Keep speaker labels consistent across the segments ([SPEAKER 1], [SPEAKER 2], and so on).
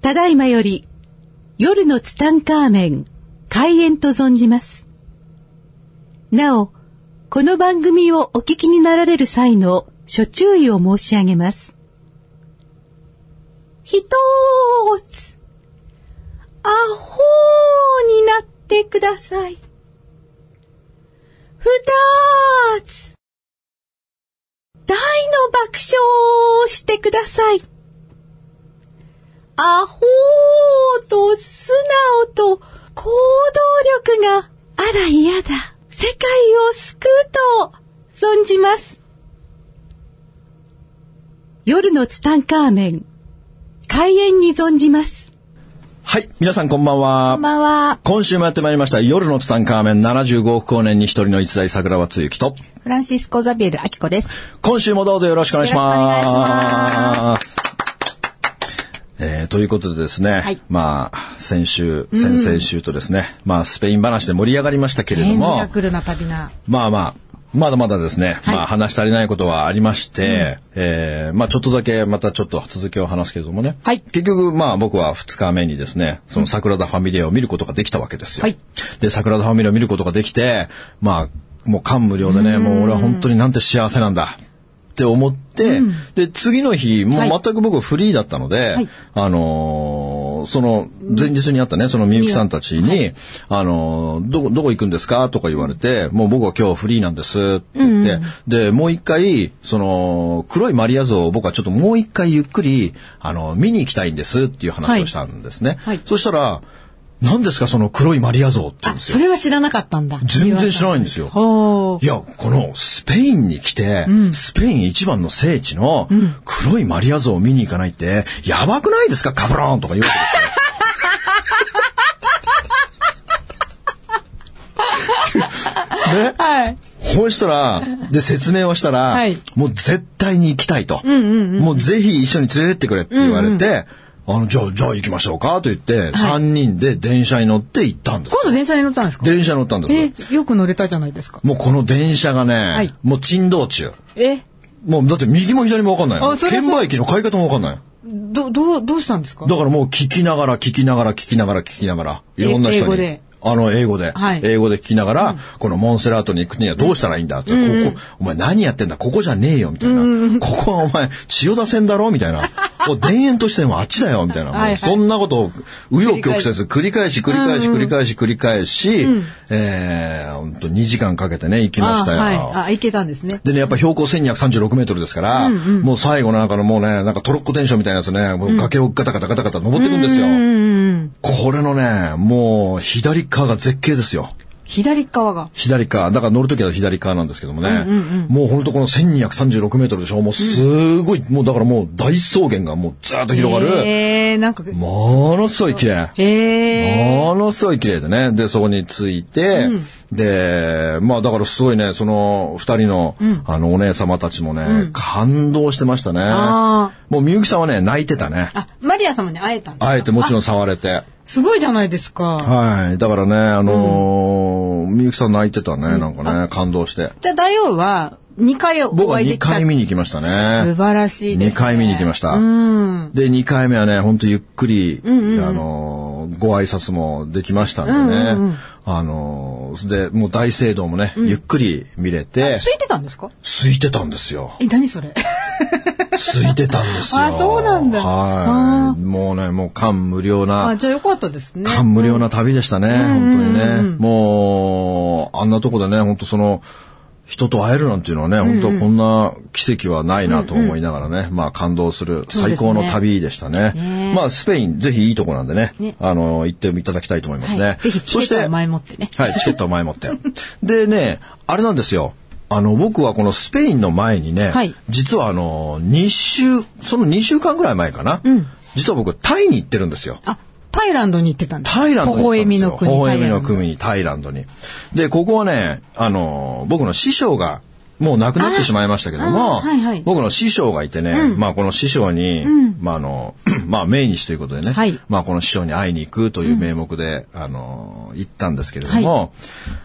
[SPEAKER 1] ただいまより夜のツタンカーメン開演と存じます。なお、この番組をお聞きになられる際の諸注意を申し上げます。ひとーつ、アホーになってください。ふたーつ、大の爆笑をしてください。アホーと素直と行動力があら嫌だ。世界を救うと存じます。夜のツタンカーメン、開演に存じます。
[SPEAKER 2] はい。皆さんこんばんは。
[SPEAKER 1] こんばんは。
[SPEAKER 2] 今週もやってまいりました。夜のツタンカーメン75億光年に一人の一代桜庭つゆきと。
[SPEAKER 3] フランシスコ・ザビエル・アキコです。
[SPEAKER 2] 今週もどうぞよろしくお願いします。よろしくお願いします。えー、ということでですね、はい、まあ、先週、先々週とですね、うん、まあ、スペイン話で盛り上がりましたけれども、
[SPEAKER 3] えー、
[SPEAKER 2] まあまあ、まだまだですね、はい、まあ、話し足りないことはありまして、うん、えー、まあ、ちょっとだけ、またちょっと続きを話すけれどもね、はい、結局、まあ、僕は2日目にですね、その桜田ファミリアを見ることができたわけですよ。はい、で、桜田ファミリアを見ることができて、まあ、もう感無量でね、もう俺は本当になんて幸せなんだ。って思って、うん、で、次の日、もう全く僕フリーだったので、はい、あのー、その、前日にあったね、そのみゆきさんたちに、はい、あのー、どこ、どこ行くんですかとか言われて、もう僕は今日フリーなんですって言って、うん、で、もう一回、その、黒いマリア像を僕はちょっともう一回ゆっくり、あのー、見に行きたいんですっていう話をしたんですね。はい、そしたら、何ですかその黒いマリア像って言うんです
[SPEAKER 3] よ。それは知らなかったんだ。
[SPEAKER 2] 全然知らないんですよ。いや、このスペインに来て、うん、スペイン一番の聖地の黒いマリア像を見に行かないって、やばくないですかカブロンとか言うわけですよ。 ね、はい。ほしたら、で、説明をしたら、はい、もう絶対に行きたいと。うんうんうん、もうぜひ一緒に連れてってくれって言われて、うんうんあの、じゃあ、じゃあ行きましょうかと言って、三、はい、人で電車に乗って行ったんです。
[SPEAKER 3] 今度電車に乗ったんですか
[SPEAKER 2] 電車に乗ったんです
[SPEAKER 3] よ。え、よく乗れたじゃないですか。
[SPEAKER 2] もうこの電車がね、はい、もう珍道中。
[SPEAKER 3] え
[SPEAKER 2] もうだって右も左もわかんないの。券売機の買い方もわかんない。
[SPEAKER 3] ど、どう、どうしたんですか
[SPEAKER 2] だからもう聞きながら、聞きながら、聞きながら、聞きながら、いろんな人に。あの、英語で、はい、英語で聞きながら、うん、このモンセラートに行くにはどうしたらいいんだって、うん、ここ、お前何やってんだここじゃねえよ、みたいな、うん。ここはお前、千代田線だろみたい な。お田園都市線はあっちだよ、みたいな。はいはい、そんなことを、紆余曲折、繰り返し、繰り返し、繰り返し、繰り返し、うん、えー、ほんと2時間かけてね、行きましたよ。
[SPEAKER 3] あ、はい、行けたんですね。
[SPEAKER 2] でね、やっぱ標高1236メートルですから、うんうん、もう最後のなんかのもうね、なんかトロッコ電車みたいなやつね、もう崖をガタガタガタガタ登ってくんですよ。これのね、もう、左側が絶景ですよ。
[SPEAKER 3] 左側が
[SPEAKER 2] 左側。だから乗るときは左側なんですけどもね。うんうんうん、もうほんとこの1236メートルでしょもうすごい、うん、もうだからもう大草原がもうずーっと広がる。
[SPEAKER 3] えー、なんか。
[SPEAKER 2] ものすごい綺麗。
[SPEAKER 3] え
[SPEAKER 2] ー、ものすごい綺麗でね。で、そこに着いて、うん、で、まあだからすごいね、その二人の、うん、あのお姉様たちもね、感動してましたね。もうみゆきさんはね、泣いてたね。
[SPEAKER 3] あ、マリア様に会えたんですか
[SPEAKER 2] 会えてもちろん触れて。
[SPEAKER 3] すごいじゃないですか。
[SPEAKER 2] はい。だからね、あのー、みゆきさん泣いてたね、うん、なんかね、感動して。
[SPEAKER 3] じゃあ大王は、2回お
[SPEAKER 2] 僕は2回見に行きましたね。
[SPEAKER 3] 素晴らしいです、ね。
[SPEAKER 2] 2回見に行きました。うん、で、2回目はね、ほんとゆっくり、うんうんうん、あのー、ご挨拶もできましたんでね。うんうんうん、あのー、で、もう大聖堂もね、うん、ゆっくり見れて。
[SPEAKER 3] 空いてたんですか
[SPEAKER 2] 空いてたんですよ。
[SPEAKER 3] え、何それ
[SPEAKER 2] 空いてたんです よ。
[SPEAKER 3] あ、そうなんだ。
[SPEAKER 2] はい。もうね、もう感無量な。
[SPEAKER 3] あ、じゃあよかったですね。
[SPEAKER 2] 感無量な旅でしたね、うん、本当にね、うんうん。もう、あんなとこでね、本当その、人と会えるなんていうのはね、うんうん、本当こんな奇跡はないなと思いながらね、うんうん、まあ感動する最高の旅でしたね。ねまあスペイン、ぜひいいとこなんでね、ねあの、行っていただきたいと思いますね。はい、
[SPEAKER 3] ぜひチケットを前もってね。
[SPEAKER 2] はい、チケットを前もって。でね、あれなんですよ。あの、僕はこのスペインの前にね、はい、実はあの、2週、その2週間ぐらい前かな、うん、実は僕、タイに行ってるんですよ。
[SPEAKER 3] あ、タイランドに行ってたんです
[SPEAKER 2] タイランドに
[SPEAKER 3] 微笑みの国。
[SPEAKER 2] 微笑みの国、タイランドに。で、ここはね、あの、僕の師匠が、もう亡くなってしまいましたけども、はいはい、僕の師匠がいてね、うん、まあこの師匠に、うん、まああの、 まあ命日ということでね、はい、まあこの師匠に会いに行くという名目で、うん、あの、行ったんですけれども、はい、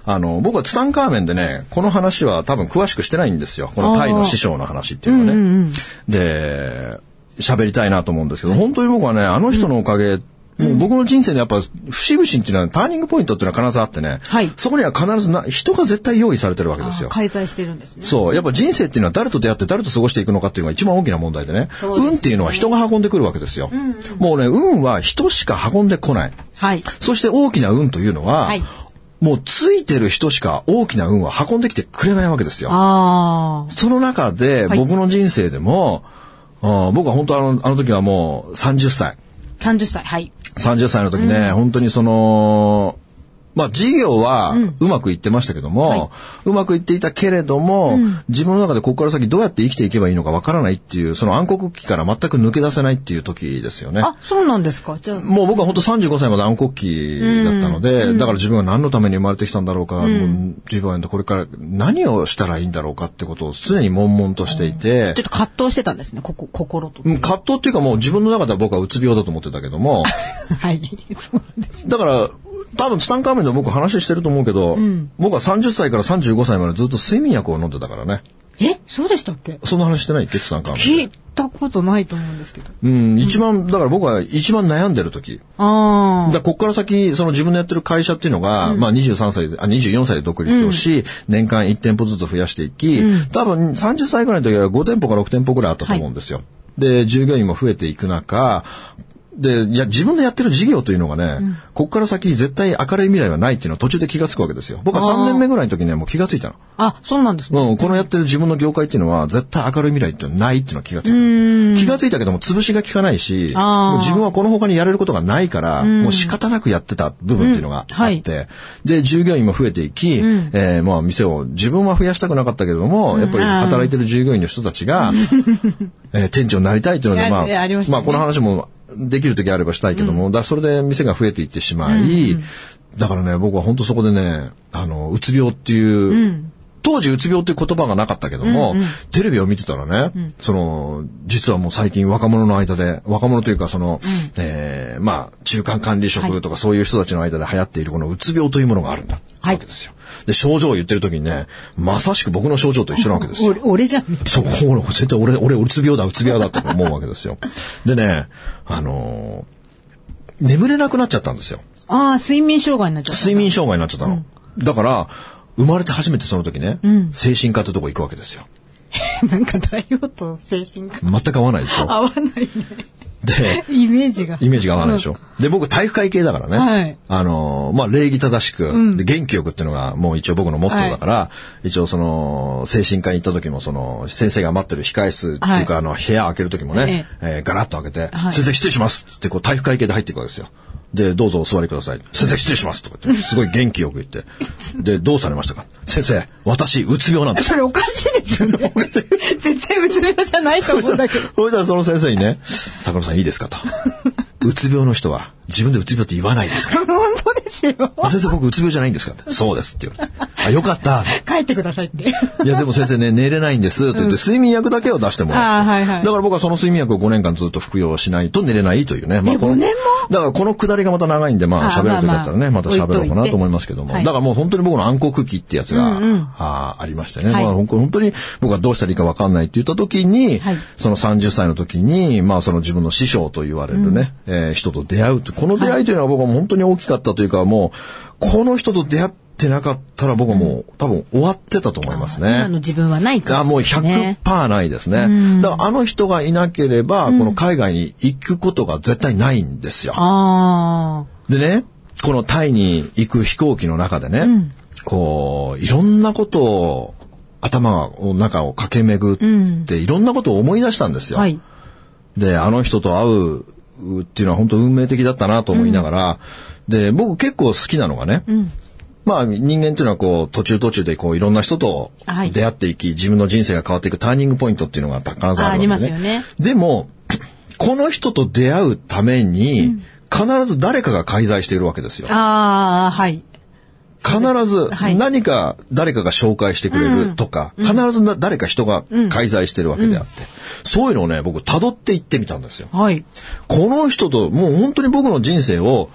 [SPEAKER 2] あの、僕はツタンカーメンでね、この話は多分詳しくしてないんですよ。このタイの師匠の話っていうのはね。うんうん、で、喋りたいなと思うんですけど、本当に僕はね、あの人のおかげ、もう僕の人生でやっぱ、節々っていうのはターニングポイントっていうのは必ずあってね、
[SPEAKER 3] はい
[SPEAKER 2] そこには必ずな人が絶対用意されてるわけですよ。
[SPEAKER 3] 介在してるんですね。
[SPEAKER 2] そう。やっぱ人生っていうのは誰と出会って誰と過ごしていくのかっていうのが一番大きな問題でね。
[SPEAKER 3] そうですね
[SPEAKER 2] 運っていうのは人が運んでくるわけですよ。もうね、運は人しか運んでこない。
[SPEAKER 3] はい。
[SPEAKER 2] そして大きな運というのは、
[SPEAKER 3] はい
[SPEAKER 2] もうついてる人しか大きな運は運んできてくれないわけですよ。
[SPEAKER 3] あ
[SPEAKER 2] その中で、
[SPEAKER 3] はい
[SPEAKER 2] 僕の人生でも、うん僕は本当あの、あの時はもう30歳。
[SPEAKER 3] あ、30歳。はい。
[SPEAKER 2] 30歳の時ね、本当にその、まあ事業はうまくいってましたけども、
[SPEAKER 3] はいう
[SPEAKER 2] まくいっていたけれども、自分の中でここから先どうやって生きていけばいいのかわからないっていう、その暗黒期から全く抜け出せないっていう時ですよね。
[SPEAKER 3] あ、そうなんですか。じゃあ、
[SPEAKER 2] もう僕は本当35歳まで暗黒期だったので、だから自分は何のために生まれてきたんだろうか、もうリバエンドこれから何をしたらいいんだろうかってことを常に悶々としていて、
[SPEAKER 3] ちょっと葛藤してたんですね。ここ、心と。
[SPEAKER 2] うん葛藤っていうかもう自分の中では僕はうつ病だと思ってたけども、
[SPEAKER 3] はい。そうなんです。
[SPEAKER 2] だから、多分ツタンカーメンでも僕話してると思うけど、僕は30歳から35歳までずっと睡眠薬を飲んでたからね。
[SPEAKER 3] え、そうでしたっけ
[SPEAKER 2] そんな話してないっけツタンカーメ
[SPEAKER 3] 聞
[SPEAKER 2] ン
[SPEAKER 3] いたことないと思うんですけど。
[SPEAKER 2] うん、一番、だから僕は一番悩んでる時。
[SPEAKER 3] あ
[SPEAKER 2] だからこっから先、その自分のやってる会社っていうのが、まあ23歳で、あ、24歳で独立をし、年間1店舗ずつ増やしていき、多分30歳ぐらいの時は5店舗か6店舗ぐらいあったと思うんですよ。で、従業員も増えていく中、で、いや、自分のやってる事業というのがね、こっから先絶対明るい未来はないっていうのは途中で気がつくわけですよ。僕は3年目ぐらいの時にはもう気がついたの。
[SPEAKER 3] あ。あ、そうなんですね。
[SPEAKER 2] うん、このやってる自分の業界っていうのは絶対明るい未来っていうのはないっていうのは気がついた。気がついたけども潰しが効かないし、
[SPEAKER 3] あー
[SPEAKER 2] もう自分はこの他にやれることがないから、もう仕方なくやってた部分っていうのがあって、
[SPEAKER 3] うんはい
[SPEAKER 2] で、従業員も増えていき、えーまあ店を自分は増やしたくなかったけれども、やっぱり働いてる従業員の人たちが、 えー店長になりたいっていうので、
[SPEAKER 3] いや
[SPEAKER 2] まあ、
[SPEAKER 3] いやありましたね
[SPEAKER 2] まあこの話もできる時あればしたいけども、だからそれで店が増えていってしまい、だからね、僕は本当そこでね、あの、うつ病っていう、当時うつ病っていう言葉がなかったけども、テレビを見てたらね、その、実はもう最近若者の間で、若者というかその、えーまあ、中間管理職とかそういう人たちの間で流行っているこのうつ病というものがあるんだ。
[SPEAKER 3] はい
[SPEAKER 2] わけですよ。で、症状を言ってる時にね、まさしく僕の症状と一緒なわけですよ。
[SPEAKER 3] 俺、俺じゃん。
[SPEAKER 2] そう、ほら、絶対俺、俺、うつ病だ、うつ病だって思うわけですよ。 でね、あのー眠れなくなっちゃったんですよ。
[SPEAKER 3] ああ、睡眠障害になっちゃった。
[SPEAKER 2] 睡眠障害になっちゃったの。だから、生まれて初めてその時ね、精神科ってとこ行くわけですよ。
[SPEAKER 3] なんか大王と精神が
[SPEAKER 2] 全く合わないでしょ。
[SPEAKER 3] 合わないね。
[SPEAKER 2] で、
[SPEAKER 3] イメージが。
[SPEAKER 2] イメージが合わないでしょ。で、僕体育会系だからね。
[SPEAKER 3] はい
[SPEAKER 2] あのー、まあ、礼儀正しく、で元気よくっていうのがもう一応僕のモットーだから、一応その、精神科に行った時もその、先生が待ってる控室っていうか、
[SPEAKER 3] は
[SPEAKER 2] あの、部屋開ける時もね、えーガラッと開けて、
[SPEAKER 3] はい
[SPEAKER 2] 先生失礼しますってこう体育会系で入っていくわけですよ。で、どうぞお座りください。先生失礼しますと か言って、すごい元気よく言って。で、どうされましたか先生、私、うつ病な んです。
[SPEAKER 3] それおかしいですよ ね。絶対うつ病じゃないと思うんだけど。
[SPEAKER 2] そしたらその先生にね、坂野さんいいです かと。うつ病の人は自分でうつ病って言わないですから
[SPEAKER 3] 本当ですよ。
[SPEAKER 2] あ先生僕うつ病じゃないんですかってそうですって言われて。あ、よかった。
[SPEAKER 3] 帰ってくださいって。
[SPEAKER 2] いやでも先生ね、寝れないんですって言って、睡眠薬だけを出してもら
[SPEAKER 3] あ
[SPEAKER 2] う。
[SPEAKER 3] ーはいはい
[SPEAKER 2] だから僕はその睡眠薬を5年間ずっと服用しないと寝れないというね。ま
[SPEAKER 3] え
[SPEAKER 2] この
[SPEAKER 3] 5年も
[SPEAKER 2] だからこの下りがまた長いんで、まあ
[SPEAKER 3] あー
[SPEAKER 2] 喋る時だったらね、
[SPEAKER 3] ま
[SPEAKER 2] ま
[SPEAKER 3] あ
[SPEAKER 2] た
[SPEAKER 3] まあ
[SPEAKER 2] 喋ろうかなと思いますけども。
[SPEAKER 3] 置いといては
[SPEAKER 2] だ
[SPEAKER 3] い
[SPEAKER 2] からもう本当に僕の暗黒期ってやつが、あーありましてね。
[SPEAKER 3] はい
[SPEAKER 2] まあ本当本当に僕はどうしたらいいかわかんないって言った時に
[SPEAKER 3] はい、
[SPEAKER 2] その30歳の時に、まあその自分の師匠と言われるね、えー人と出会うと。この出会いというのは僕はもう本当に大きかったというか、もう、この人と出会ってなかったら僕はもう多分終わってたと思いますね。
[SPEAKER 3] 今の自分はないから、
[SPEAKER 2] あもう100%ないですね。だからあの人がいなければ、この海外に行くことが絶対ないんですよ。
[SPEAKER 3] あ
[SPEAKER 2] でね、このタイに行く飛行機の中でね、こう、いろんなことを頭の中を駆け巡って、いろんなことを思い出したんです
[SPEAKER 3] あ。
[SPEAKER 2] よ。
[SPEAKER 3] はい。
[SPEAKER 2] で、あの人と会うっていうのは本当運命的だったなと思いながら、で、僕結構好きなのがね、まあ人間っていうのはこう途中途中でこういろんな人と
[SPEAKER 3] はい
[SPEAKER 2] 出会っていき、自分の人生が変わっていくターニングポイントっていうのが高野さんあるわけ
[SPEAKER 3] ああります
[SPEAKER 2] で、ね、
[SPEAKER 3] よね
[SPEAKER 2] でも、 この人と出会うために、必ず誰かが介在しているわけですよ。
[SPEAKER 3] ああ、はい。
[SPEAKER 2] 必ず
[SPEAKER 3] はい
[SPEAKER 2] 何か誰かが紹介してくれるとか、必ずな誰か人が介在してるわけであって、そういうのをね、僕辿って行ってみたんですよ。
[SPEAKER 3] はい。
[SPEAKER 2] この人と、もう本当に僕の人生を、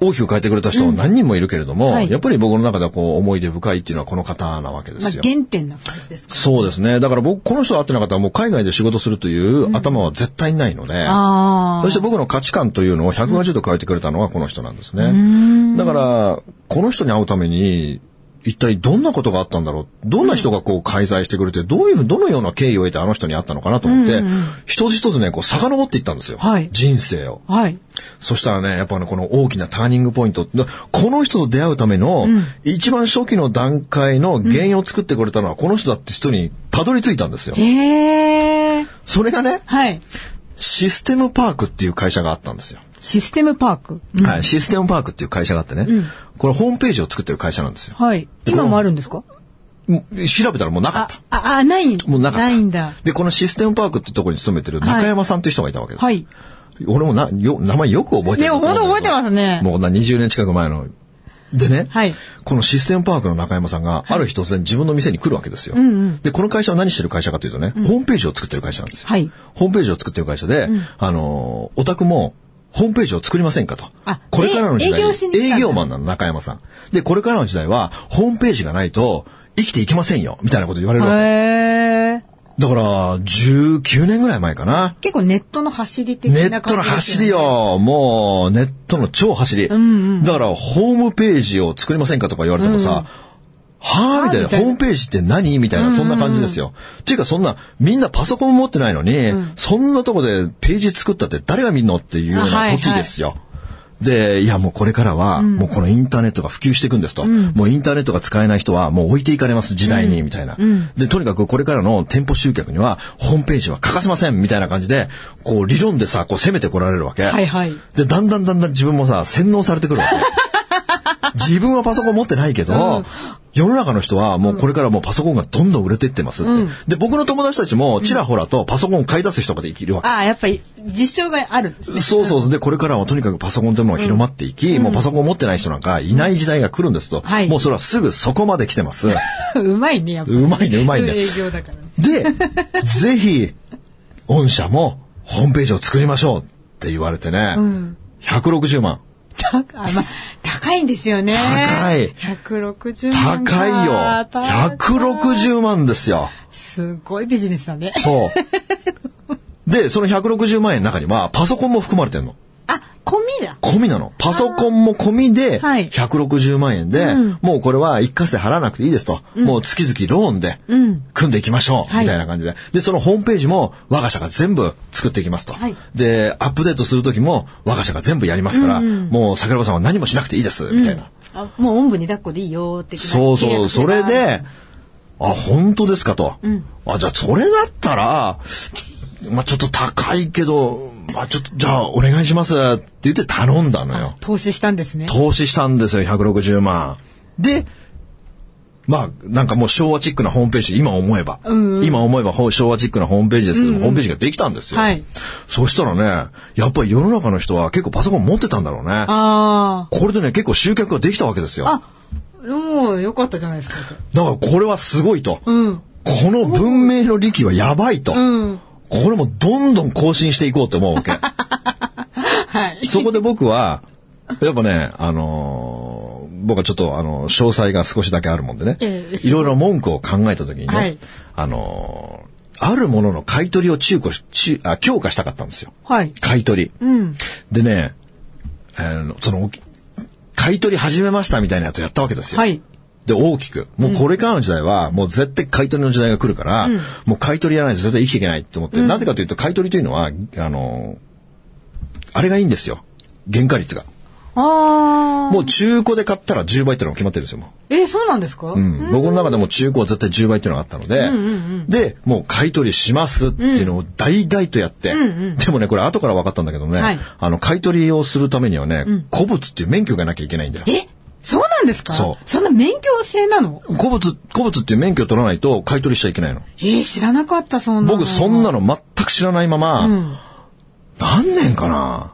[SPEAKER 2] 大きく変えてくれた人何人もいるけれども、やっぱり僕の中ではこう思い出深いっていうのはこの方なわけですよ。
[SPEAKER 3] まあ、原点な感じですか、ね、
[SPEAKER 2] そうですね。だから僕、この人会ってなかったらもう海外で仕事するという頭は絶対ないので、うん、そして僕の価値観というのを180度変えてくれたのはこの人なんですね。うん、だから、この人に会うために、一体どんなことがあったんだろうどんな人がこう介在してくれて、どういう、どのような経緯を得てあの人に会ったのかなと思って、うんうん、一つ一つね、こう遡っていったんですよ。はい、人生を。はい、そしたらね、やっぱね、この大きなターニングポイント、この人と出会うための、一番初期の段階の原因を作ってくれたのは、この人だって人にたどり着いたんですよ。へ、うん、それがね、はい、システムパークっていう会社があったんですよ。
[SPEAKER 3] システムパーク、
[SPEAKER 2] うん、はい、システムパークっていう会社があってね、うん、これホームページを作ってる会社なんですよ。
[SPEAKER 3] はい。今もあるんですか
[SPEAKER 2] 調べたらもうなかった。
[SPEAKER 3] あ、あ、ない。
[SPEAKER 2] もうなかった。
[SPEAKER 3] ないんだ。
[SPEAKER 2] で、このシステムパークってとこに勤めてる中山さんっていう人がいたわけです。はい。俺もな、よ、名前よく覚えてる。ね、
[SPEAKER 3] ほんと覚えてますね。
[SPEAKER 2] もうな、20年近く前の。でね、はい、このシステムパークの中山さんが、ある日突然自分の店に来るわけですよ。うんうん、で、この会社は何してる会社かというとね、うん、ホームページを作ってる会社なんですよ。はい、ホームページを作ってる会社で、うん、あの、オタクも、ホームページを作りませんかと。これからの時代営業マンなの、中山さん。で、これからの時代は、ホームページがないと生きていけませんよ、みたいなこと言われるわけ。だから、19年ぐらい前かな。
[SPEAKER 3] 結構ネットの走り的な感じ、ね、
[SPEAKER 2] ネットの走りよ。もう、ネットの超走り。うんうん、だから、ホームページを作りませんかとか言われてもさ、うんはあみたいな。ホームページって何みたいな、そんな感じですよ。っていうか、そんな、みんなパソコン持ってないのに、うん、そんなとこでページ作ったって誰が見んのっていうような時ですよ。はいはい、で、いや、もうこれからは、うん、もうこのインターネットが普及していくんですと。うん、もうインターネットが使えない人は、もう置いていかれます、時代に、みたいな。で、とにかくこれからの店舗集客には、ホームページは欠かせません、みたいな感じで、こう、理論でさ、こう、攻めてこられるわけ。はいはい。で、だんだんだんだん自分もさ、洗脳されてくるわ け。自分はパソコン持ってないけど、世の中の人はもうこれからもうパソコンがどんどん売れてってますって。うん、で、僕の友達たちもちらほらとパソコンを買い出す人ができるわけ。
[SPEAKER 3] ああ、やっぱり実証があるんです、ね、
[SPEAKER 2] そうそう。で、これからはとにかくパソコンというものが広まっていき、うん、もうパソコンを持ってない人なんかいない時代が来るんですと。うん、もうそれはすぐそこまで来てます。
[SPEAKER 3] うまいね、やっぱり。
[SPEAKER 2] うまいね、うまいね。、
[SPEAKER 3] 営業だから
[SPEAKER 2] ね、で、ぜひ、御社もホームページを作りましょうって言われてね、うん、160万。
[SPEAKER 3] 高,まあ、高いんですよね。
[SPEAKER 2] 高い。
[SPEAKER 3] 160万。
[SPEAKER 2] 高いよ。160万ですよ。
[SPEAKER 3] すごいビジネスだね。
[SPEAKER 2] そう。で、その160万円の中には、パソコンも含まれてるの。
[SPEAKER 3] あ、込みだ。
[SPEAKER 2] 込みなの。パソコンも込みで、160万円で、はいうん、もうこれは一括で払わなくていいですと。うん、もう月々ローンで、組んでいきましょう、うん、みたいな感じで。はい、で、そのホームページも我が社が全部作っていきますと。はい、で、アップデートする時も我が社が全部やりますから、うんうん、もう桜庭さんは何もしなくていいです、みたいな。
[SPEAKER 3] あもうおんぶに抱っこでいいよ、って
[SPEAKER 2] そうそう、それで、あ、本当ですかと。あ、じゃあそれだったら、まあちょっと高いけど、まあちょっと、じゃあお願いしますって言って頼んだのよ。
[SPEAKER 3] 投資したんですね。
[SPEAKER 2] 投資したんですよ、160万。で、まあなんかもう昭和チックなホームページ、今思えば。うんうん、今思えば昭和チックなホームページですけど、うんうん、ホームページができたんですよ。はい、そしたらね、やっぱり世の中の人は結構パソコン持ってたんだろうね。あこれでね、結構集客ができたわけですよ。あ、
[SPEAKER 3] もう良かったじゃないですか。
[SPEAKER 2] だからこれはすごいと。うん、この文明の利器はやばいと。うんこれもどんどん更新していこうと思うわ け。はい、そこで僕は、やっぱね、あのー、僕はちょっと、あのー、詳細が少しだけあるもんでね、いろいろ文句を考えた時にね、はい、あのー、あるものの買い取りを中古し、あ強化したかったんですよ。はい、買い取り。うん、でね、えー、その、買い取り始めましたみたいなやつやったわけですよ。はいで、大きく。もうこれからの時代は、もう絶対買い取りの時代が来るから、うん、もう買い取りやらないと絶対生きていけないって思って、うん、なぜかというと買い取りというのは、あの、あれがいいんですよ。原価率が。あもう中古で買ったら10倍っていうのが決まってるんですよ、も、
[SPEAKER 3] う。えー、そうなんですか、うん
[SPEAKER 2] 僕の中でも中古は絶対10倍っていうのがあったので、で、もう買い取りしますっていうのを大々とやって、うんうん、でもね、これ後から分かったんだけどね、はい、あの、買い取りをするためにはね、古物っていう免許がなきゃいけないんだよ。
[SPEAKER 3] えそうなんですかそう。そんな免許制なの
[SPEAKER 2] 古物、古物っていう免許取らないと買い取りしちゃいけないの。
[SPEAKER 3] ええー、知らなかった、そんな
[SPEAKER 2] 僕、そんなの全く知らないまま、うん、何年かな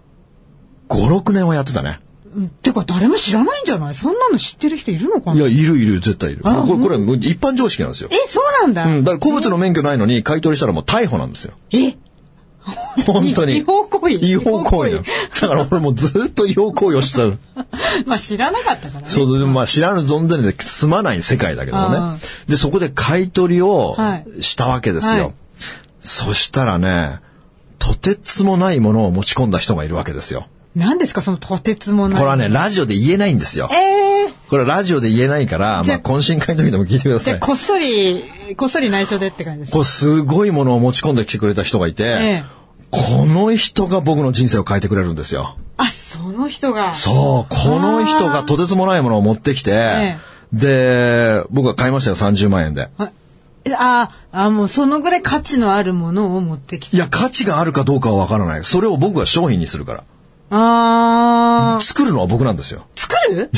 [SPEAKER 2] ?5、6年はやってたね。
[SPEAKER 3] てか、誰も知らないんじゃないそんなの知ってる人いるのか
[SPEAKER 2] ないや、いるいる、絶対いる。これ、これ、一般常識なんですよ。
[SPEAKER 3] え、そうなんだ。
[SPEAKER 2] うん、だから古物の免許ないのに買い取りしたらもう逮捕なんですよ。
[SPEAKER 3] え
[SPEAKER 2] 本当に。
[SPEAKER 3] 違法行為。
[SPEAKER 2] 違法行為なの。だから俺もずっと違法行為をしてたの。
[SPEAKER 3] まあ知らなかったからね。
[SPEAKER 2] そうで、まあ知らぬ存ぜぬで済まない世界だけど
[SPEAKER 3] あ
[SPEAKER 2] ね。で、そこで買い取りを
[SPEAKER 3] はい
[SPEAKER 2] したわけですよ。
[SPEAKER 3] はい
[SPEAKER 2] そしたらね、とてつもないものを持ち込んだ人がいるわけですよ。
[SPEAKER 3] 何ですかそのとてつも
[SPEAKER 2] こ
[SPEAKER 3] ない。
[SPEAKER 2] れはね、ラジオで言えないんですよ。
[SPEAKER 3] えー
[SPEAKER 2] これはラジオで言えないから、
[SPEAKER 3] じゃ
[SPEAKER 2] まあ懇親会の時でも聞いてくだ
[SPEAKER 3] じ
[SPEAKER 2] さ
[SPEAKER 3] ゃあ
[SPEAKER 2] い。
[SPEAKER 3] こっそり、こっそり内緒でって感じです。
[SPEAKER 2] これすごいものを持ち込んできてくれた人がいて、
[SPEAKER 3] ええ
[SPEAKER 2] この人が僕の人生を変えてくれるんですよ。
[SPEAKER 3] あ、その人が。
[SPEAKER 2] そう、この人がとてつもないものを持ってきて、
[SPEAKER 3] え
[SPEAKER 2] で、僕は買いましたよ、30万円で。
[SPEAKER 3] ああ、あ、もうそのぐらい価値のあるものを持ってき
[SPEAKER 2] い
[SPEAKER 3] て。
[SPEAKER 2] や、価値があるかどうかはわからない。それを僕は商品にするから。
[SPEAKER 3] あー。
[SPEAKER 2] 作るのは僕なんですよ。
[SPEAKER 3] 作る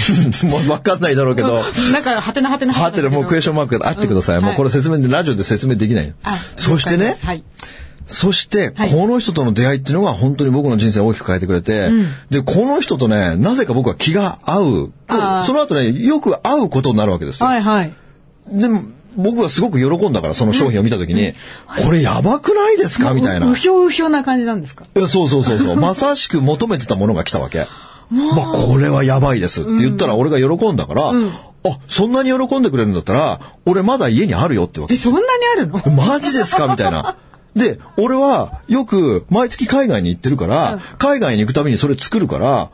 [SPEAKER 2] もうわかんないだろ うけど。
[SPEAKER 3] なんか、はてなはてな
[SPEAKER 2] はてな、もうクエ
[SPEAKER 3] シ
[SPEAKER 2] スチョンマークがあってください。
[SPEAKER 3] うん
[SPEAKER 2] もうこれ説明で、ラジオで説明できない。そしてね、
[SPEAKER 3] はい。
[SPEAKER 2] そして、
[SPEAKER 3] はい
[SPEAKER 2] この人との出会いっていうのが本当に僕の人生を大きく変えてくれて、で、この人とね、なぜか僕は気が合う
[SPEAKER 3] あー。
[SPEAKER 2] その後ね、よく会うことになるわけですよ。
[SPEAKER 3] はいはい。
[SPEAKER 2] でも、僕はすごく喜んだから、その商品を見たときに、これやばくないですかみたいな。
[SPEAKER 3] うひょうひょな感じなんですか
[SPEAKER 2] えそうそうそうそう。まさしく求めてたものが来たわけ。まあ、これはやばいですって言ったら、俺が喜んだから、あ、そんなに喜んでくれるんだったら、俺まだ家にあるよってわけ
[SPEAKER 3] え、。そんなにあるの
[SPEAKER 2] マジですかみたいな。で、俺はよく毎月海外に行ってるから、海外に行くためにそれ作るから、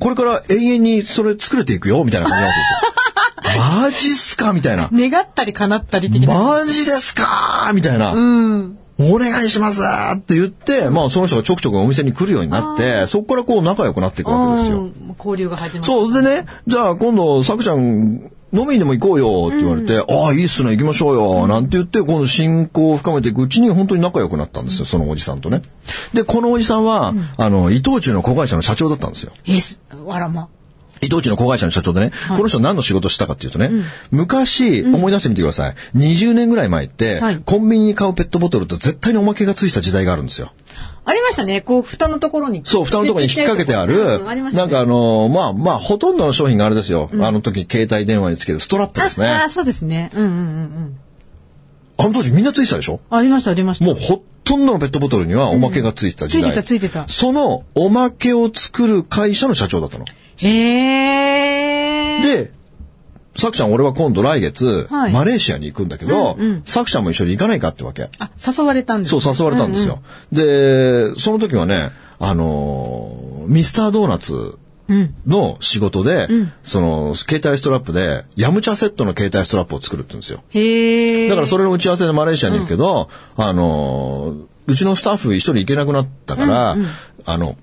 [SPEAKER 2] これから永遠にそれ作れていくよみたいな感じなんですよ。マジっすかみたいな。
[SPEAKER 3] 願ったり叶ったり的な。
[SPEAKER 2] マジですかみたいな。
[SPEAKER 3] うん。
[SPEAKER 2] お願いしますって言って、まあその人がちょくちょくお店に来るようになって、そこからこう仲良くなっていくわけですよ。
[SPEAKER 3] うん交流が始まる。
[SPEAKER 2] そう、でね、じゃあ今度、さくちゃん、飲みにでも行こうよって言われて、ああ、いいっすね、行きましょうよ、なんて言って、この進行を深めていくうちに本当に仲良くなったんですよ、そのおじさんとね。で、このおじさんは、あの、伊藤忠の子会社の社長だったんですよ。
[SPEAKER 3] え、すあらま。
[SPEAKER 2] 伊藤忠の子会社の社長でね、この人何の仕事したかっていうとね、昔、思い出してみてください。20年ぐらい前って、
[SPEAKER 3] はい
[SPEAKER 2] コンビニに買うペットボトルと絶対におまけがついた時代があるんですよ。
[SPEAKER 3] ありましたね。こう、蓋のところに。
[SPEAKER 2] そう、蓋のところに引っ掛けてあ
[SPEAKER 3] う
[SPEAKER 2] る、
[SPEAKER 3] んありました
[SPEAKER 2] な
[SPEAKER 3] ね
[SPEAKER 2] んかあのーまあまあ、ほとんどの商品があれですよ。あの時、携帯電話につけるストラップですね。
[SPEAKER 3] あ、
[SPEAKER 2] あ
[SPEAKER 3] あそうですね。うんうんうんうん。
[SPEAKER 2] の当時みんなついてたでしょ
[SPEAKER 3] ありました、ありました。
[SPEAKER 2] もうほとんどのペットボトルにはおまけがついてた時代、
[SPEAKER 3] うんついてたついてた
[SPEAKER 2] そのおまけを作る会社の社長だったの。
[SPEAKER 3] へー。
[SPEAKER 2] で、さくちゃん俺は今度来月、
[SPEAKER 3] はい
[SPEAKER 2] マレーシアに行くんだけど、
[SPEAKER 3] うんうん
[SPEAKER 2] さくちゃんも一緒に行かないかってわけ。
[SPEAKER 3] あ、誘われたんです
[SPEAKER 2] そう、誘われたんですよ。で、その時はね、あのーミスタードーナツ
[SPEAKER 3] うん。
[SPEAKER 2] の仕事で、
[SPEAKER 3] ん
[SPEAKER 2] その、携帯ストラップで、ヤムチャセットの携帯ストラップを作るって言うんですよ。
[SPEAKER 3] へー。
[SPEAKER 2] だからそれの打ち合わせでマレーシアに行くけど、あのー、うちのスタッフ一人行けなくなったから、あの、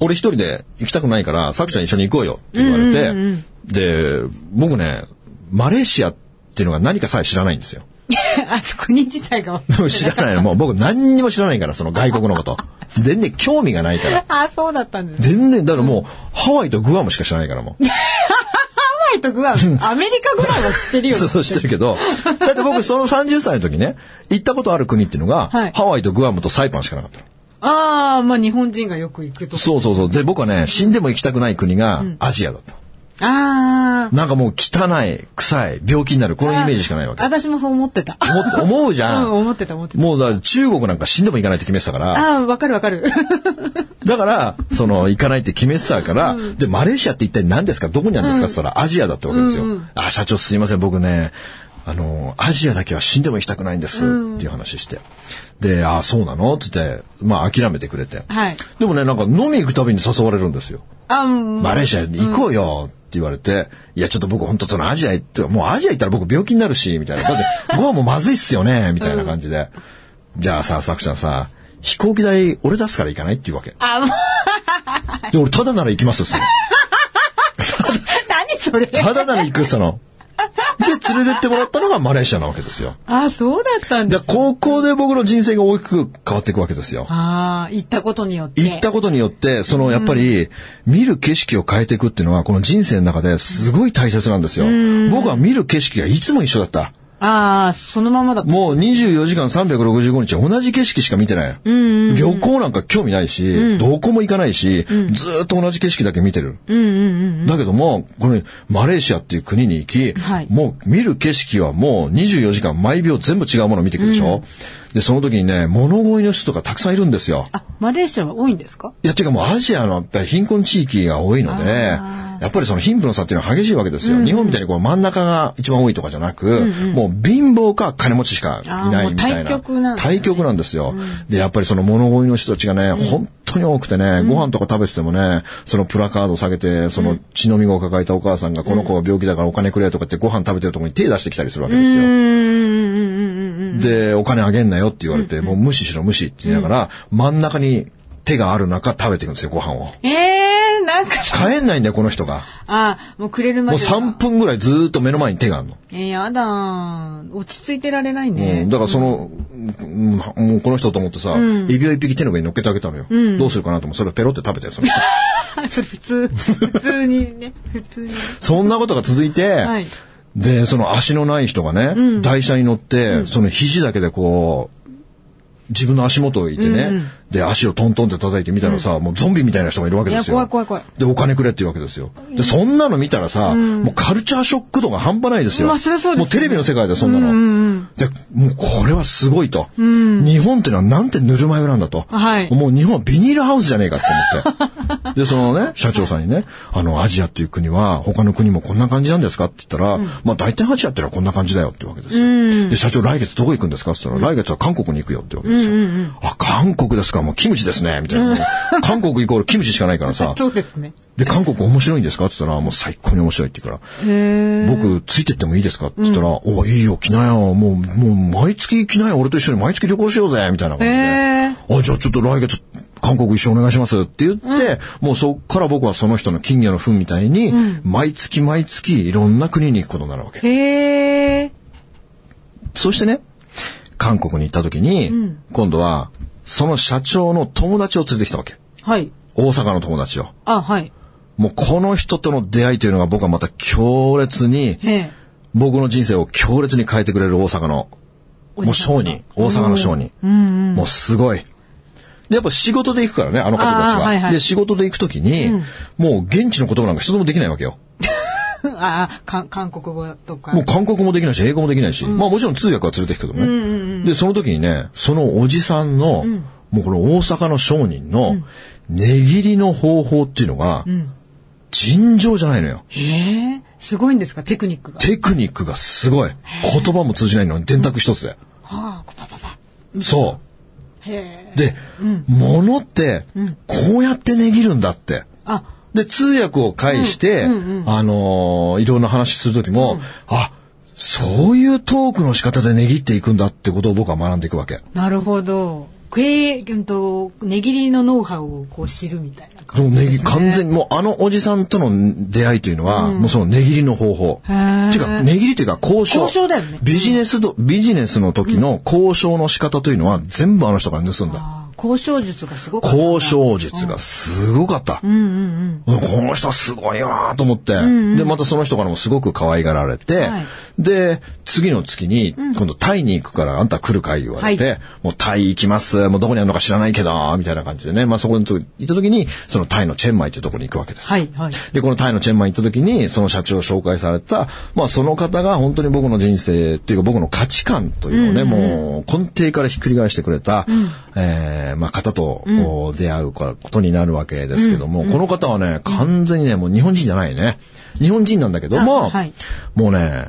[SPEAKER 2] 俺一人で行きたくないから、さくちゃん一緒に行こうよって言われて、
[SPEAKER 3] うんうんうん
[SPEAKER 2] で、僕ね、マレーシアっていうのが何かさえ知らないんですよ。
[SPEAKER 3] あそこに自体が。
[SPEAKER 2] でも知らないの。もう僕何にも知らないから、その外国のこと。全然興味がないから。
[SPEAKER 3] あ、そうだったんです。ハ
[SPEAKER 2] 全然、だからもう、ハワイとグアムしか知らないからもう。
[SPEAKER 3] ワイとグアム、アメリカぐらいは知ってるよね。
[SPEAKER 2] そうそう、知ってる けど。だって僕、その30歳の時ね、行ったことある国っていうのが、
[SPEAKER 3] はい
[SPEAKER 2] ハワイとグアムとサイパンしかなかったの。
[SPEAKER 3] ああ、まあ日本人がよく行くとこ。
[SPEAKER 2] そうそうそう。で、僕はね、死んでも行きたくない国がアジアだった。
[SPEAKER 3] ああ。
[SPEAKER 2] なんかもう汚い、臭い、病気になる、このイメージしかないわけ。
[SPEAKER 3] 私もそう思ってた。
[SPEAKER 2] 思っ思うじ
[SPEAKER 3] う
[SPEAKER 2] ゃ
[SPEAKER 3] ん、
[SPEAKER 2] ん。
[SPEAKER 3] 思ってた、思ってた。
[SPEAKER 2] もうだ、中国なんか死んでも行かないって決めてたから、
[SPEAKER 3] ああ、わかるわかる。
[SPEAKER 2] だから、その、行かないって決めてたから、で、マレーシアって一体何ですかどこにあるんですかって言ったら、アジアだってわけですよ。
[SPEAKER 3] うんう
[SPEAKER 2] あ、社長すいません、僕ね、あの、アジアだけは死んでも行きたくないんです、っていう話して。で、あ、そうなのって言って、まあ、諦めてくれて。
[SPEAKER 3] はい。
[SPEAKER 2] でもね、なんか飲み行くたびに誘われるんですよ。
[SPEAKER 3] あうん
[SPEAKER 2] マレーシアに行こうよって言われて、いや、ちょっと僕本当そのアジア行って、もうアジア行ったら僕病気になるし、みたいな。だって、ご飯もまずいっすよね、みたいな感じで。じゃあさ、さくちゃんさ、飛行機代俺出すから行かないって言うわけ。
[SPEAKER 3] あ、もう、
[SPEAKER 2] で、俺ただなら行きますっすよ。
[SPEAKER 3] 何それ。
[SPEAKER 2] ただなら行くっすの。で、連れてってもらったのがマレーシアなわけですよ。
[SPEAKER 3] あそうだったん
[SPEAKER 2] で
[SPEAKER 3] だ。、
[SPEAKER 2] 高校で僕の人生が大きく変わっていくわけですよ。
[SPEAKER 3] ああ、行ったことによって。
[SPEAKER 2] 行ったことによって、そのやっぱり、見る景色を変えていくっていうのは、この人生の中ですごい大切なんですよ。僕は見る景色がいつも一緒だった。
[SPEAKER 3] ああ、そのままだった。
[SPEAKER 2] もう24時間365日同じ景色しか見てない。旅行なんか興味ないし、どこも行かないし、ずーっと同じ景色だけ見てる。
[SPEAKER 3] うんうんうん。
[SPEAKER 2] だけども、これ、マレーシアっていう国に行き、
[SPEAKER 3] はい
[SPEAKER 2] もう見る景色はもう24時間毎秒全部違うものを見ていくでしょ、で、その時にね、物乞いの人とかたくさんいるんですよ。
[SPEAKER 3] あ、マレーシアは多いんですか
[SPEAKER 2] いや、ていうかもうアジアのやっぱり貧困地域が多いので、やっぱりその貧富の差っていうのは激しいわけですよ。日本みたいにこう真ん中が一番多いとかじゃなく、もう貧乏か金持ちしかいないみたいな。
[SPEAKER 3] あーもう対極なんですね
[SPEAKER 2] 対極なんですよ。で、やっぱりその物乞いの人たちがね、本当に多くてね、ご飯とか食べててもね、そのプラカード下げて、その血のみを抱えたお母さんが、この子が病気だからお金くれとかってご飯食べてるとこに手出してきたりするわけですよ。で、お金あげんなよって言われて、もう無視しろ無視って言いながら、真ん中に手がある中食べていくんですよ、ご飯を。
[SPEAKER 3] ええー、なんか、
[SPEAKER 2] 帰んないんだよ、この人が。
[SPEAKER 3] あもうくれるま
[SPEAKER 2] もう
[SPEAKER 3] では。
[SPEAKER 2] 3分ぐらいずーっと目の前に手があるの。
[SPEAKER 3] えー、やだー落ち着いてられない
[SPEAKER 2] うん
[SPEAKER 3] ね。
[SPEAKER 2] だからその、うんもうこの人と思ってさ、指輪一匹手の上に乗っけてあげたのよ。どうするかなと思って、それをペロって食べて、その人
[SPEAKER 3] あそれ普通、普通にね、普通に。
[SPEAKER 2] そんなことが続いて、
[SPEAKER 3] はい
[SPEAKER 2] で、その足のない人がね、台車に乗って、その肘だけでこう、自分の足元を置いてね、で、足をトントンって叩いてみたらさ、もうゾンビみたいな人がいるわけ
[SPEAKER 3] い
[SPEAKER 2] で
[SPEAKER 3] や、
[SPEAKER 2] すよ。
[SPEAKER 3] 怖い怖い怖い。
[SPEAKER 2] で、お金くれっていうわけですよ。で、そんなの見たらさ、もうカルチャーショック度が半端ないですよ。
[SPEAKER 3] まあそりゃそうですよ
[SPEAKER 2] もうテレビの世界でそんなの。で、もうこれはすごいと。日本ってのはなんてぬるま湯なんだと。
[SPEAKER 3] はい
[SPEAKER 2] もう日本はビニールハウスじゃねえかって思 って。で、そのね、社長さんにね、あの、アジアっていう国は他の国もこんな感じなんですかって言ったら、まあ大体アジアってのはこんな感じだよってわけですよ。で、社長来月どこ行くんですかって言ったら、来月は韓国に行くよってわけですよ。あ、韓国ですかもうキムチですねみたいな。 韓国イコールキムチしかないからさ。
[SPEAKER 3] そうですね。
[SPEAKER 2] で、韓国面白いんですかって言ったら、もう最高に面白いって言うから、僕、ついてってもいいですかって言ったら、おいいよ、来なよ、もう、もう、毎月来なよ、俺と一緒に毎月旅行しようぜ、みたいな感じで、
[SPEAKER 3] へ
[SPEAKER 2] あ、じゃあちょっと来月、韓国一緒お願いしますって言って、もうそっから僕はその人の金魚の糞みたいに、毎月毎月いろんな国に行くことになるわけ。
[SPEAKER 3] へえ。
[SPEAKER 2] そしてね、韓国に行った時に、今度は、その社長の友達を連れてきたわけ。
[SPEAKER 3] はい。
[SPEAKER 2] 大阪の友達を。
[SPEAKER 3] あ、はい。
[SPEAKER 2] もうこの人との出会いというのが僕はまた強烈に、
[SPEAKER 3] へえ。
[SPEAKER 2] 僕の人生を強烈に変えてくれる大阪の、もう商人、大阪の商人。もうすごい。で、やっぱ仕事で行くからね、あの方たち
[SPEAKER 3] あ
[SPEAKER 2] は。
[SPEAKER 3] ーはいはい
[SPEAKER 2] で、仕事で行くときに、もう現地の言葉なんか一つもできないわけよ。
[SPEAKER 3] ああ、かん韓国語とか。
[SPEAKER 2] もう韓国もできないし、英語もできないし、まあもちろん通訳は連れて行くけどね、で、その時にね、そのおじさんの、もうこの大阪の商人の、値切りの方法っていうのが、尋常じゃないのよ。
[SPEAKER 3] へえ。すごいんですか、テクニックが。
[SPEAKER 2] テクニックがすごい。言葉も通じないのに電卓一つで。
[SPEAKER 3] はあ、こうパパパ。
[SPEAKER 2] そ
[SPEAKER 3] へえ。
[SPEAKER 2] う。で、物って、こうやって値切るんだって。
[SPEAKER 3] あ、
[SPEAKER 2] で、通訳を介して、あのーいろんな話するときも、あ、そういうトークの仕方で値切っていくんだってことを僕は学んでいくわけ。
[SPEAKER 3] なるほど。クエ、うんと、値切りのノウハウをこう知るみたいな
[SPEAKER 2] その
[SPEAKER 3] 感じ
[SPEAKER 2] 値
[SPEAKER 3] で
[SPEAKER 2] 切
[SPEAKER 3] す
[SPEAKER 2] り、
[SPEAKER 3] ね。
[SPEAKER 2] 完全にもうあのおじさんとの出会いというのは、もうその値切りの方法。
[SPEAKER 3] へー
[SPEAKER 2] ていうか、値切りというか交渉。
[SPEAKER 3] 交渉だよね
[SPEAKER 2] ビジネスと、ビジネスの時の交渉の仕方というのは全部あの人から盗んだ。
[SPEAKER 3] あー交渉術がすごく。
[SPEAKER 2] 交。渉術がすごかった。この人すごいわーと思って、で、またその人からもすごく可愛がられて、
[SPEAKER 3] はい
[SPEAKER 2] で、次の月に、今度タイに行くからあんた来るかい言われて、
[SPEAKER 3] は
[SPEAKER 2] もうタイ行きます、もうどこにあるのか知らないけど、みたいな感じでね、まあそこに行った時に、そのタイのチェンマイというところに行くわけです。
[SPEAKER 3] はい、はい。
[SPEAKER 2] で、このタイのチェンマイに行った時に、その社長を紹介された、まあその方が本当に僕の人生っていうか僕の価値観というのをね、もう根底からひっくり返してくれた、えーまあ方とこう出会うことになるわけですけども、この方はね、完全にね、もう日本人じゃないね。日本人なんだけども、
[SPEAKER 3] あはい
[SPEAKER 2] もうね、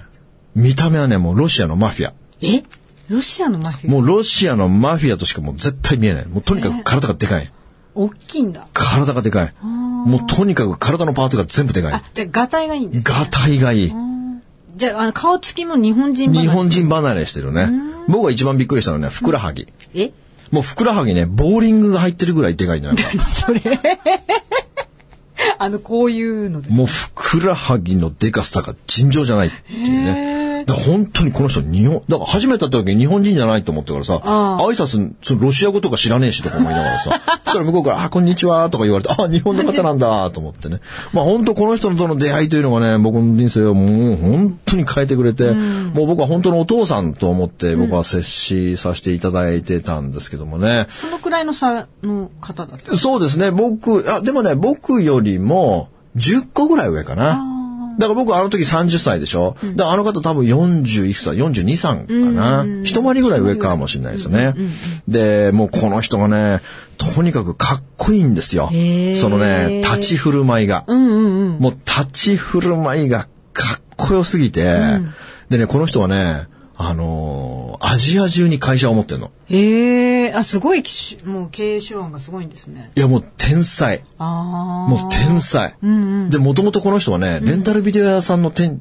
[SPEAKER 2] 見た目はね、もうロシアのマフィア。
[SPEAKER 3] えロシアのマフィア
[SPEAKER 2] もうロシアのマフィアとしかもう絶対見えない。もうとにかく体がでかい。
[SPEAKER 3] 大きいんだ。
[SPEAKER 2] 体がでかい。もうとにかく体のパーツが全部でかい
[SPEAKER 3] あ。、じゃあ、ガタイがいいんですね
[SPEAKER 2] ガタイがいい。
[SPEAKER 3] じゃあ、あの、顔つきも日本人離れ
[SPEAKER 2] 日本。人離れしてるね。僕が一番びっくりしたのはね、ふくらはぎ。
[SPEAKER 3] え
[SPEAKER 2] もうふくらはぎね、ボーリングが入ってるぐらいでかいのよ。
[SPEAKER 3] それ あの、こういうのです。
[SPEAKER 2] もうふくらはぎのでかさが尋常じゃないっていうね。だから本当にこの人日本、だから初めて会った時日本人じゃないと思ってからさ、
[SPEAKER 3] ああ
[SPEAKER 2] 挨拶、そのロシア語とか知らねえしとか思いなが らさ、そしたら向こうから、あ、こんにちはとか言われて、あ、日本の方なんだと思ってね。まあ本当この人との出会いというのがね、僕の人生をもう本当に変えてくれて、もう僕は本当のお父さんと思って僕は接しさせていただいてたんですけどもね。
[SPEAKER 3] そのくらいの差の方だった。
[SPEAKER 2] そうですね、僕、あ、でもね、僕よりも10個ぐらい上かな。だから僕あの時30歳でしょ、だからあの方多分41歳、42、3かな。一回りぐらい上かもしれないですね。で、もうこの人がね、とにかくかっこいいんですよ。
[SPEAKER 3] へー
[SPEAKER 2] そのね、立ち振る舞いが。
[SPEAKER 3] うんうんうん。
[SPEAKER 2] もう立ち振る舞いがかっこよすぎて、でね、この人はね、あのーアジア中に会社を持ってんの。
[SPEAKER 3] へえ、あ、すごい機種、もう経営手腕がすごいんですね。
[SPEAKER 2] いや、もう天才。
[SPEAKER 3] ああ。
[SPEAKER 2] もう天才。で、もともとこの人はね、レンタルビデオ屋さんの店、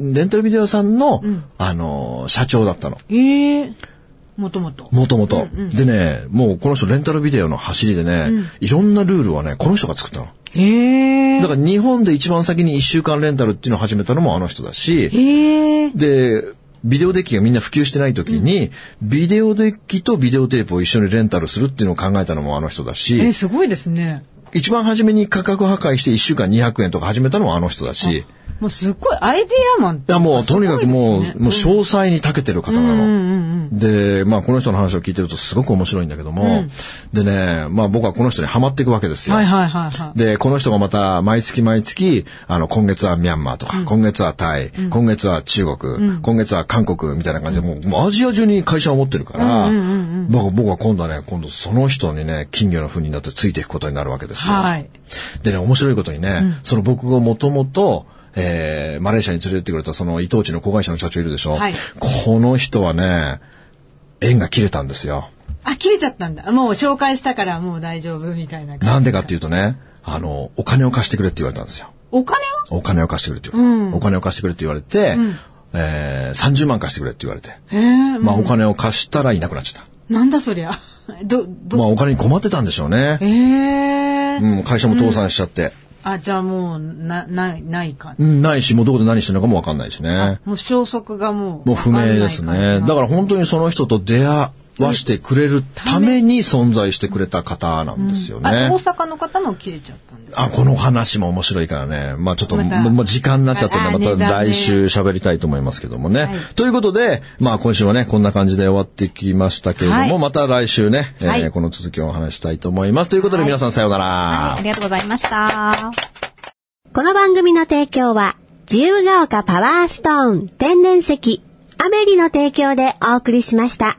[SPEAKER 2] レンタルビデオ屋さんの、あのー社長だったの。
[SPEAKER 3] ええ、もともと。
[SPEAKER 2] もともと。でね、もうこの人レンタルビデオの走りでね、いろんなルールはね、この人が作ったの。
[SPEAKER 3] へえ
[SPEAKER 2] だ。から日本で一番先に1週間レンタルっていうのを始めたのもあの人だし、
[SPEAKER 3] へえ。
[SPEAKER 2] で、ビデオデッキがみんな普及してない時に、ビデオデッキとビデオテープを一緒にレンタルするっていうのを考えたのもあの人だ
[SPEAKER 3] え、
[SPEAKER 2] し、
[SPEAKER 3] すごいですね。
[SPEAKER 2] 一番初めに価格破壊して1週間200円とか始めたのもあの人だし、
[SPEAKER 3] もうすっごい、アイデアマンっ
[SPEAKER 2] い
[SPEAKER 3] て。
[SPEAKER 2] やもうとにかくも
[SPEAKER 3] すご
[SPEAKER 2] う、
[SPEAKER 3] いですね
[SPEAKER 2] もう詳細に長けてる方なの。で、まあこの人の話を聞いてるとすごく面白いんだけども、でね、まあ僕はこの人にハマっていくわけですよ。
[SPEAKER 3] はいはいはいはい。
[SPEAKER 2] で、この人がまた毎月毎月、あの、今月はミャンマーとか、今月はタイ、今月は中国、今月は韓国みたいな感じで、もうもうアジア中に会社を持ってるから、僕は僕は今度はね、今度その人にね、金魚の糞になってついていくことになるわけですよ。
[SPEAKER 3] はい。
[SPEAKER 2] でね、面白いことにね、その僕がもともと、えーマレーシアに連れてってくれたその伊藤地の子会社の社長いるでしょ、
[SPEAKER 3] はい
[SPEAKER 2] この人はね、縁が切れたんですよ。
[SPEAKER 3] あ、切れちゃったんだ。もう紹介したからもう大丈夫みたいな感じ。
[SPEAKER 2] なんでかっていうとね、あの、お金を貸してくれって言われたんですよ。
[SPEAKER 3] お金を
[SPEAKER 2] お金を貸してくれって言われて。お金を貸してくれって言われて、えー30万貸してくれって言われて。
[SPEAKER 3] へえ、
[SPEAKER 2] まあお金を貸したらいなくなっちゃっ
[SPEAKER 3] なんだそりゃ。 ど、
[SPEAKER 2] た。
[SPEAKER 3] ど、
[SPEAKER 2] まあお金に困ってたんでしょうね。
[SPEAKER 3] ええ。
[SPEAKER 2] うん、会社も倒産しちゃって。
[SPEAKER 3] あ、じゃあもう、な、ない、ないか。
[SPEAKER 2] うん、ないし、もうどこで何してるのかもわかんないしね。
[SPEAKER 3] もう消息がもう。
[SPEAKER 2] もう不明です
[SPEAKER 3] わかんない
[SPEAKER 2] ね。
[SPEAKER 3] 感じが
[SPEAKER 2] だから本当にその人と出会わしてくれるために存在してくれた方なんですよ
[SPEAKER 3] あ、
[SPEAKER 2] ね
[SPEAKER 3] 大。阪の方も切れちゃったんです。
[SPEAKER 2] あ、この話も面白いからね。まあちょっと、
[SPEAKER 3] また
[SPEAKER 2] もうもう時間になっちゃったん
[SPEAKER 3] ああ
[SPEAKER 2] で、また
[SPEAKER 3] ねだね
[SPEAKER 2] 来週喋りたいと思いますけどもね。
[SPEAKER 3] はい
[SPEAKER 2] ということで、まあ今週はね、こんな感じで終わってきましたけれども、
[SPEAKER 3] はい
[SPEAKER 2] また来週ね、えー
[SPEAKER 3] はい
[SPEAKER 2] この続きをお話したいと思います。ということで皆さんさようなら。
[SPEAKER 4] ありがとうございました。
[SPEAKER 1] この番組の提供は、自由が丘パワーストーン天然石、アメリの提供でお送りしました。